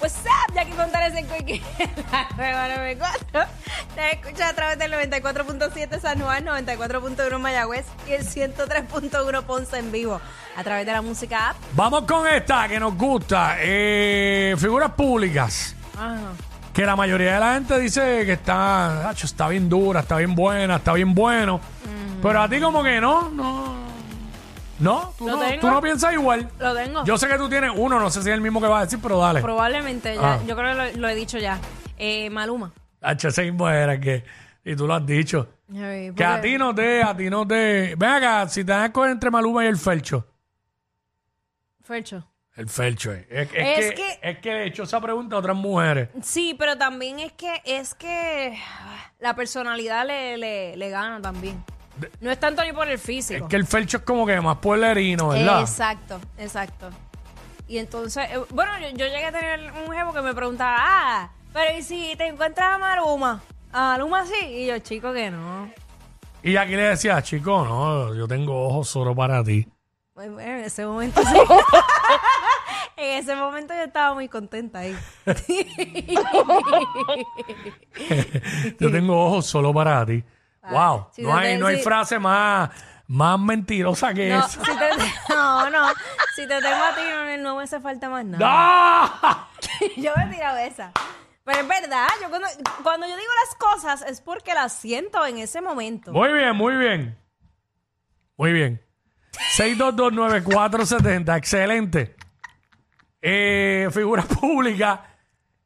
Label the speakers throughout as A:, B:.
A: What's up, Jackie Fontanes en Quickie, la nueva 94. Te escuchas a través del 94.7 San Juan, 94.1 Mayagüez y el 103.1 Ponce en vivo. A través de la música app.
B: Vamos con esta que nos gusta. Eh, figuras públicas. Que la mayoría de la gente dice que está, "Acho, está bien dura, está bien buena, está bien bueno. Pero a ti como que no, no. No, tú
A: Lo
B: no,
A: tengo.
B: tú no piensas igual.
A: Lo tengo.
B: Yo sé que tú tienes uno, no sé si es el mismo que vas a decir, pero dale.
A: Probablemente ya.
B: Ah.
A: Yo creo que lo, lo he dicho ya. Eh, Maluma.
B: Acho, ese mismo era que, y tú lo has dicho. Que a pues, ti no te, a ti no te. Ven acá, si te dan a escoger entre Maluma y el Felcho.
A: Fercho.
B: El Felcho, eh. Es, es
A: Es
B: que,
A: que-
B: es que le he hecho esa pregunta a otras mujeres.
A: Sí, pero también es que es que ah, la personalidad le, le, le gana también. No es tanto ni por el
B: Es
A: físico.
B: que el Felcho es como que más pueblerino, ¿verdad?
A: Exacto, exacto. Y entonces, eh, bueno, yo, yo llegué a tener un jefe que me preguntaba, ah, pero ¿y si te encuentras a Maluma? ¿A Maluma sí? Y yo, chico, que no.
B: Y aquí le decía, chico, no, yo tengo ojos solo para ti.
A: Pues, bueno, en ese momento sí. en ese momento yo estaba muy contenta ahí.
B: Yo tengo ojos solo para ti. wow,
A: Ah, si
B: no
A: te-
B: hay, no hay
A: si-
B: frase más, más mentirosa que
A: No, si
B: esa.
A: te, no, no. Si te tengo a ti, no, no me hace falta más nada.
B: ¡Ah!
A: Yo me he tirado esa. Pero es verdad, yo cuando, cuando yo digo las cosas es porque las siento en ese momento.
B: Muy bien, muy bien. Muy bien. 6229470, excelente. Eh, figura pública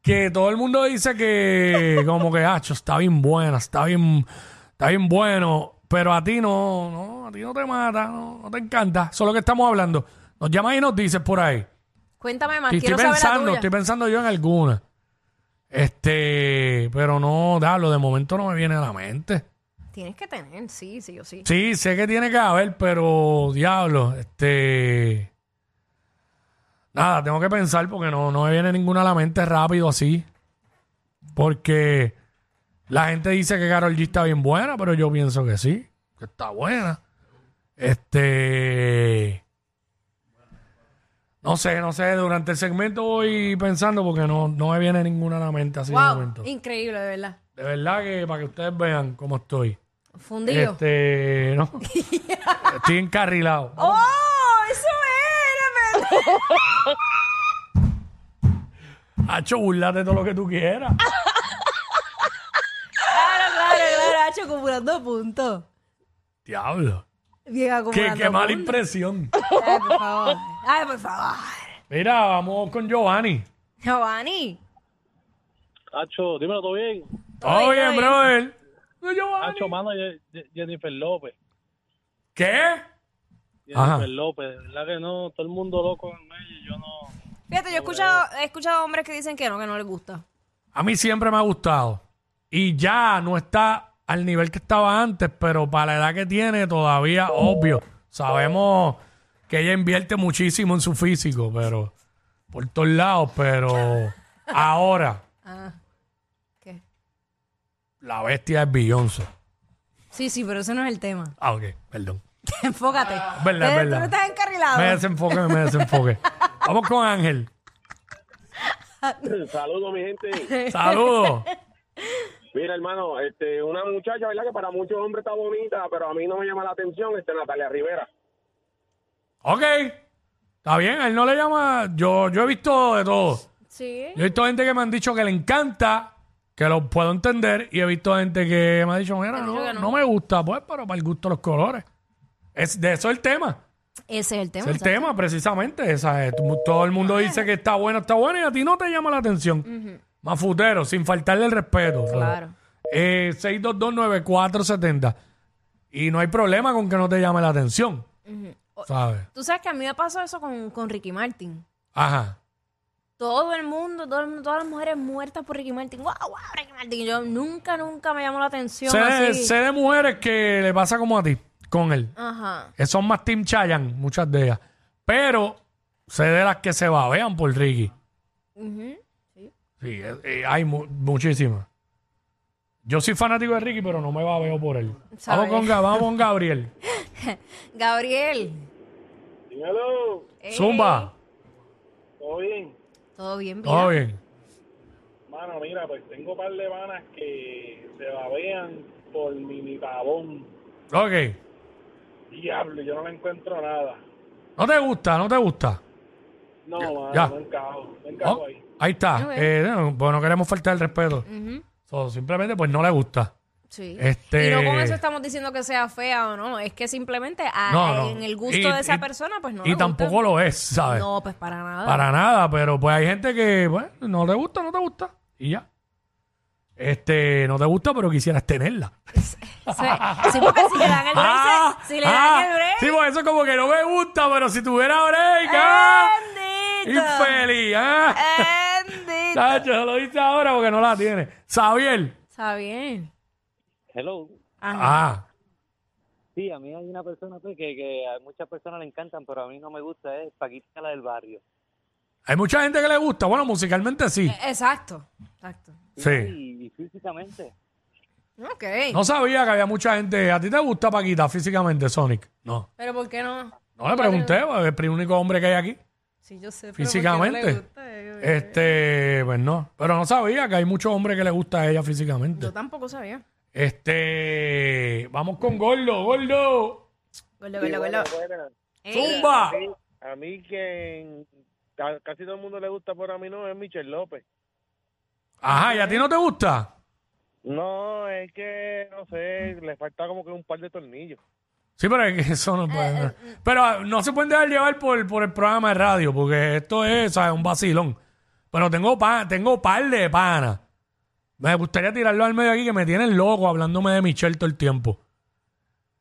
B: que todo el mundo dice que como que, hacho, está bien buena, está bien, está bien bueno, pero a ti no, no, a ti no te mata, no, no te encanta. Eso es lo que estamos hablando. Nos llamas y nos dices por ahí.
A: Cuéntame más,
B: Y estoy
A: Ah, quiero saber la
B: pensando,
A: tuya.
B: estoy pensando yo en alguna. Este, pero no, Dalo, de momento no me viene a la mente.
A: Tienes que tener, sí, sí o sí.
B: Sí, sé que tiene que haber, pero diablo, este. Nada, tengo que pensar porque no, no me viene ninguna a la mente rápido así. Porque la gente dice que Carol G está bien buena, pero yo pienso que sí, que está buena. Este. No sé, no sé, durante el segmento voy pensando porque no, no me viene ninguna a la mente así de
A: wow,
B: momento.
A: increíble, de verdad.
B: De verdad que para que ustedes vean cómo estoy.
A: Fundido.
B: Este, no. Estoy encarrilado.
A: ¡Oh! ¡Eso era, verdad!
B: Hacho, burlate todo lo que tú quieras.
A: claro, claro, claro, Hacho, acumulando puntos.
B: Diablo.
A: Bien
B: Qué,
A: acumulando
B: qué mala
A: puntos.
B: impresión.
A: Ay, por favor. Ay, por favor.
B: Mira, vamos con Giovanni.
A: Giovanni.
C: Hacho, dímelo todo bien.
B: Todo bien,
A: bien.
B: brother. No, Giovanni.
C: Hacho, mano, Ye- Ye- Jennifer López.
B: ¿Qué?
C: Jennifer
B: Ajá.
C: López, de verdad que no, todo el mundo loco con ella y yo no.
A: Fíjate, yo he escuchado, he escuchado hombres que dicen que no, que no les gusta.
B: A mí siempre me ha gustado. Y ya no está al nivel que estaba antes, pero para la edad que tiene, todavía, obvio. Sabemos que ella invierte muchísimo en su físico, pero por todos lados, pero ahora
A: Ah. ¿Qué?
B: la bestia es Beyoncé.
A: Sí, sí, pero ese no es el tema.
B: Ah, ok, perdón.
A: Enfócate.
B: verdad,
A: Te-
B: verdad.
A: Tú no estás encarrilado.
B: Me desenfoque, me desenfoque. Vamos con Ángel.
C: Saludos, mi gente.
B: Saludos.
C: Mira, hermano, este, una muchacha, ¿verdad? Que para muchos hombres está bonita, pero a mí no me llama la atención, este, Natalia Rivera.
B: Ok. Está bien, a él no le llama. Yo, yo he visto de todo.
A: Sí.
B: Yo he visto gente que me han dicho que le encanta, que lo puedo entender, y he visto gente que me ha dicho, mira,
A: dicho
B: no,
A: que no.
B: no me gusta, pues, pero para el gusto de los colores. Es, de eso es el tema.
A: Ese es el tema.
B: Es el
A: exacto.
B: tema, precisamente. Esa es. Tu- Todo el mundo dice que está bueno, está bueno, y a ti no te llama la atención. Mafutero, sin faltarle el respeto.
A: Claro.
B: Eh, 6229470. Y no hay problema con que no te llame la atención. ¿Sabes?
A: Tú sabes que a mí me pasó eso con, con Ricky Martin.
B: Ajá.
A: Todo el mundo, todo el mundo, todas las mujeres muertas por Ricky Martin. ¡Wow, wow, Ricky Martin! Yo nunca, nunca me llamó la atención
B: Sé de,
A: así.
B: sé de mujeres que le pasa como a ti, con él.
A: Ajá.
B: Eh, Son más Team Chayan, muchas de ellas. Pero sé de las que se babean por Ricky.
A: Ujú.
B: Sí, eh, eh, hay mu- muchísimas. Yo soy fanático de Ricky, pero no me babeo por él.
A: Sabe.
B: Vamos con, Ga- vamos con Gabriel.
A: Gabriel.
C: Dímelo,
A: ey,
B: Zumba.
C: ¿todo bien?
A: Todo bien, vida.
B: Todo bien.
C: Mano, mira, pues tengo par de vanas que se babean por mi tabón.
B: Ok.
C: Diablo, yo no le encuentro nada.
B: No te gusta, no te gusta.
C: No, mano,
B: ya.
C: no encajo, no encajo
B: Oh,
C: ahí.
B: ahí está.
A: Ok.
B: Eh, no, pues no queremos faltar el respeto.
A: Ujú,
B: So, simplemente pues no le gusta.
A: Sí.
B: Este-
A: Y no con eso estamos diciendo que sea fea o no. Es que simplemente a-
B: No, no.
A: en el gusto
B: Y-
A: de esa
B: y-
A: persona, pues no.
B: y
A: le gusta.
B: tampoco lo es, ¿sabes?
A: No, pues para nada.
B: Para nada, pero pues hay gente que, bueno, no te gusta, no te gusta. Y ya. Este, no te gusta, pero quisieras tenerla.
A: Sí, sí, porque si le dan el break,
B: Ah,
A: se- si le
B: ah,
A: dan el break.
B: Sí, pues eso como que no me gusta, pero si tuviera break, ¡ah!
A: ¡Bendito!
B: Infeliz, ¿ah?
A: ¡Bendito!
B: Tacho, se lo dice ahora porque no la tiene. Sabiel.
A: Está bien.
D: Hello.
A: Ajá.
B: Ah,
D: Sí, a mí hay una persona pues, que, que a muchas personas le encantan, pero a mí no me gusta, es Paquita la del barrio.
B: hay mucha gente que le gusta. Bueno, musicalmente sí.
A: Eh, Exacto. Exacto.
B: Sí.
D: Y, y físicamente.
A: Ok.
B: No sabía que había mucha gente. ¿A ti te gusta Paquita físicamente, Sonic? No.
A: Pero ¿por qué no?
B: No le pregunté, pues, es el único hombre que hay aquí.
A: Si yo sé. pero ¿por qué no
B: Físicamente.
A: le gusta? Yo-
B: Este, pues no. Pero no sabía que hay muchos hombres que le gusta a ella físicamente.
A: Yo tampoco sabía.
B: Este, vamos con Gordo, Gordo.
A: Gordo, gordo, gordo. Ey.
B: Zumba.
C: A mí que casi todo el mundo le gusta, pero a mí no, es Michelle López.
B: Ajá, ¿y a ti no te gusta?
C: No, es que, no sé, le falta como que un par de tornillos.
B: Sí, pero es que eso no puede. pero ah, no se pueden dejar llevar por, por el programa de radio, porque esto es ¿sabes? un vacilón. Pero tengo pa, tengo par de panas. Me gustaría tirarlo al medio aquí que me tienen loco hablándome de Michelle todo el tiempo.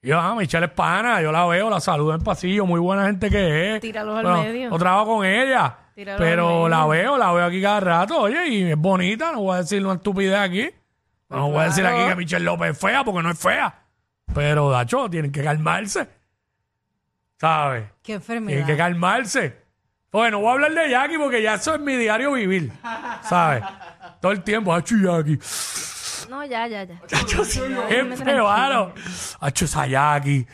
B: Y Yo, ah, Michelle es pana, yo la veo, la saludo en pasillo, muy buena gente que es.
A: Tíralos al
B: Pero
A: medio.
B: No trabajo con ella.
A: Tíralos
B: pero
A: al medio.
B: la veo, la veo aquí cada rato, oye, y es bonita, no voy a decir una estupidez aquí. No voy a decir
A: claro.
B: aquí que Michelle López es fea, porque no es fea. Pero, Dacho, tienen que calmarse. ¿Sabes?
A: Qué
B: Tienen que
A: enfermedad.
B: calmarse. Porque no voy a hablar de Jackie porque ya eso es mi diario vivir. ¿Sabes? Todo el tiempo, Hacho y Jackie.
A: No, ya, ya, ya.
B: Hacho, sí,
A: déjame
B: es prevaro. Hacho esa Jackie.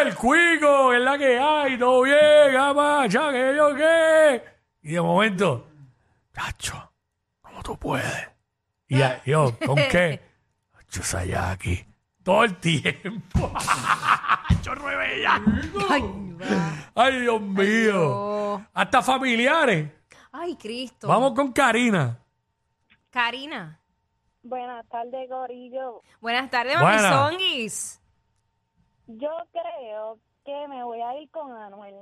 B: El cuico, es la que hay, todo bien, ama, ya que yo qué. Y de momento, Hacho, ¿cómo tú puedes? Y ya, yo, ¿con qué? Hacho esa Jackie. Todo el tiempo. Hacho rebella. Ay, Dios mío.
A: Oh.
B: Hasta familiares.
A: Ay, Cristo.
B: Vamos con Karina.
A: Karina.
E: Buenas tardes, Gorillo.
A: Buenas tardes,
B: Buenas.
A: Mamizonguis.
E: Yo creo que me voy a ir con Anuel.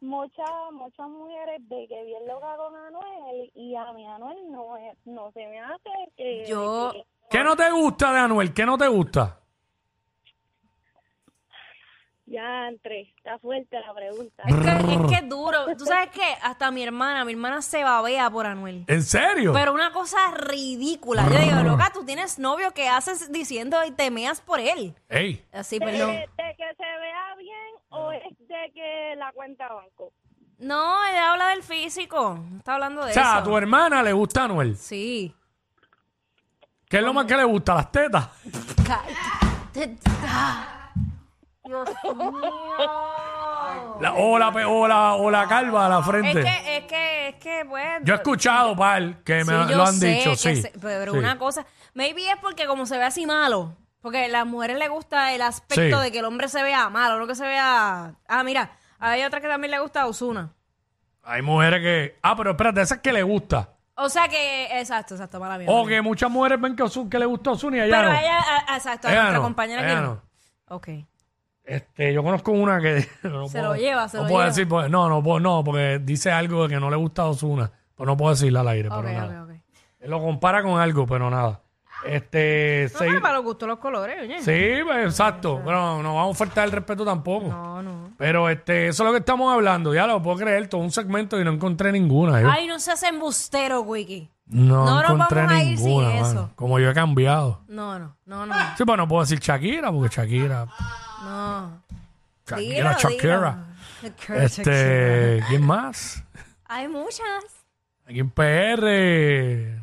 E: Muchas, muchas mujeres de que bien loca con Anuel y a mi Anuel no, es- no se me hace que...
A: Yo-
E: que-
B: ¿Qué no te gusta de Anuel? ¿Qué no te gusta?
E: ya entre, está fuerte la pregunta.
A: Es que, es que es duro. Tú sabes que hasta mi hermana, mi hermana se babea por Anuel.
B: ¿En serio?
A: Pero una cosa ridícula. Yo digo, loca, tú tienes novio que haces diciendo y te meas por él.
B: Ey.
A: Así,
E: De,
A: perdón.
E: de que se vea bien o es de que la cuenta banco?
A: No, ella habla del físico. No está hablando de
B: O sea, a
A: eso.
B: tu hermana le gusta Anuel.
A: Sí.
B: ¿Qué es lo más que le gusta? Las tetas.
A: Ca- te- ah. Dios mío.
B: La- o, la, pe- o, la, o la calva a la
A: Oh, Es
B: frente.
A: que, es que, es que, pues.
B: Yo he escuchado, pal, que me
A: Sí,
B: lo
A: yo
B: han
A: sé
B: dicho,
A: que
B: sí.
A: se- pero
B: Sí.
A: una cosa, maybe es porque como se ve así malo, porque a las mujeres les gusta el aspecto
B: Sí.
A: de que el hombre se vea malo, no que se vea... Ah, mira, hay otra que también le gusta a Osuna.
B: Hay mujeres que... Ah, pero espérate, esas que le gusta.
A: O sea que, exacto, exacto, mala mía.
B: O que muchas mujeres ven que, Ozuna- que le gusta Ozuna y a ella
A: Pero
B: no.
A: a ella, a- a- exacto, a
B: Ella
A: nuestra
B: no,
A: compañera
B: ella
A: que no.
B: no.
A: Ok.
B: Este, yo conozco una que... no
A: Se
B: puedo-
A: lo lleva, se
B: no
A: lo
B: puedo
A: lleva.
B: decir, pues, no, no, puedo- no, porque dice algo de que no le gusta a Ozuna. Pues no puedo decirla al aire,
A: Ok,
B: pero
A: ok,
B: nada.
A: ok.
B: Él Lo compara con algo, pero nada. Este...
A: No,
B: seis-
A: pero para los gustos los colores, oye.
B: Sí, pues, exacto. Pero no vamos a faltar el respeto tampoco.
A: No, no.
B: Pero este, eso es lo que estamos hablando. Ya lo puedo creer, todo un segmento y no encontré ninguna. yo.
A: Ay, no seas embustero, Wiki.
B: no,
A: no nos
B: encontré
A: vamos a ir sin
B: ninguna.
A: eso.
B: mano. Como yo he cambiado.
A: No, no, no, no.
B: Sí, pero no puedo decir Shakira, porque Shakira.
A: no.
B: Shakira,
A: Dilo, dilo.
B: Shakira.
A: Shakira, Shakira.
B: Este, ¿quién más?
A: Hay muchas.
B: Aquí en PR.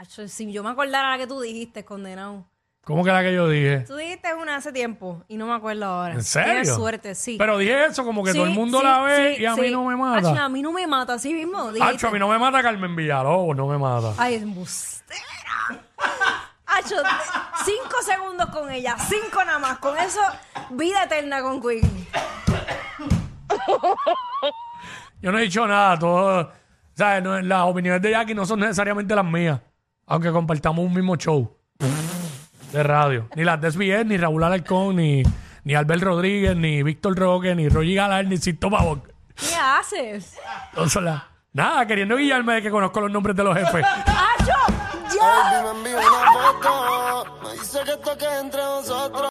A: Acho, Si yo me acordara la que tú dijiste, condenado.
B: ¿Cómo que era que yo dije?
A: Tú dijiste una hace tiempo y no me acuerdo ahora.
B: ¿En serio?
A: Tienes suerte, sí.
B: Pero dije eso, como que
A: Sí,
B: todo el mundo
A: sí,
B: la ve
A: sí,
B: y a
A: sí.
B: mí no me
A: Acho,
B: mata.
A: a mí no me mata, así mismo. dijiste.
B: Hacho, a mí no me mata Carmen Villalobos, no me mata.
A: Ay, embustera. Acho, te- cinco segundos con ella, cinco nada más. Con eso, vida eterna con Queen.
B: Yo no he dicho nada, todo. ¿Sabes? No, las opiniones de Jackie no son necesariamente las mías, aunque compartamos un mismo show de radio. Ni las de SBS, ni Raúl Alarcón, ni, ni Albert Rodríguez, ni Víctor Roque, ni Roger Galar, ni Sisto Pavón.
A: ¿Qué haces?
B: No son las- Nada, queriendo guiarme de que conozco los nombres de los jefes.
A: ¡Acho! ¡Ya!
F: Baby, me envía una foto. Me dice que esto que entre nosotros.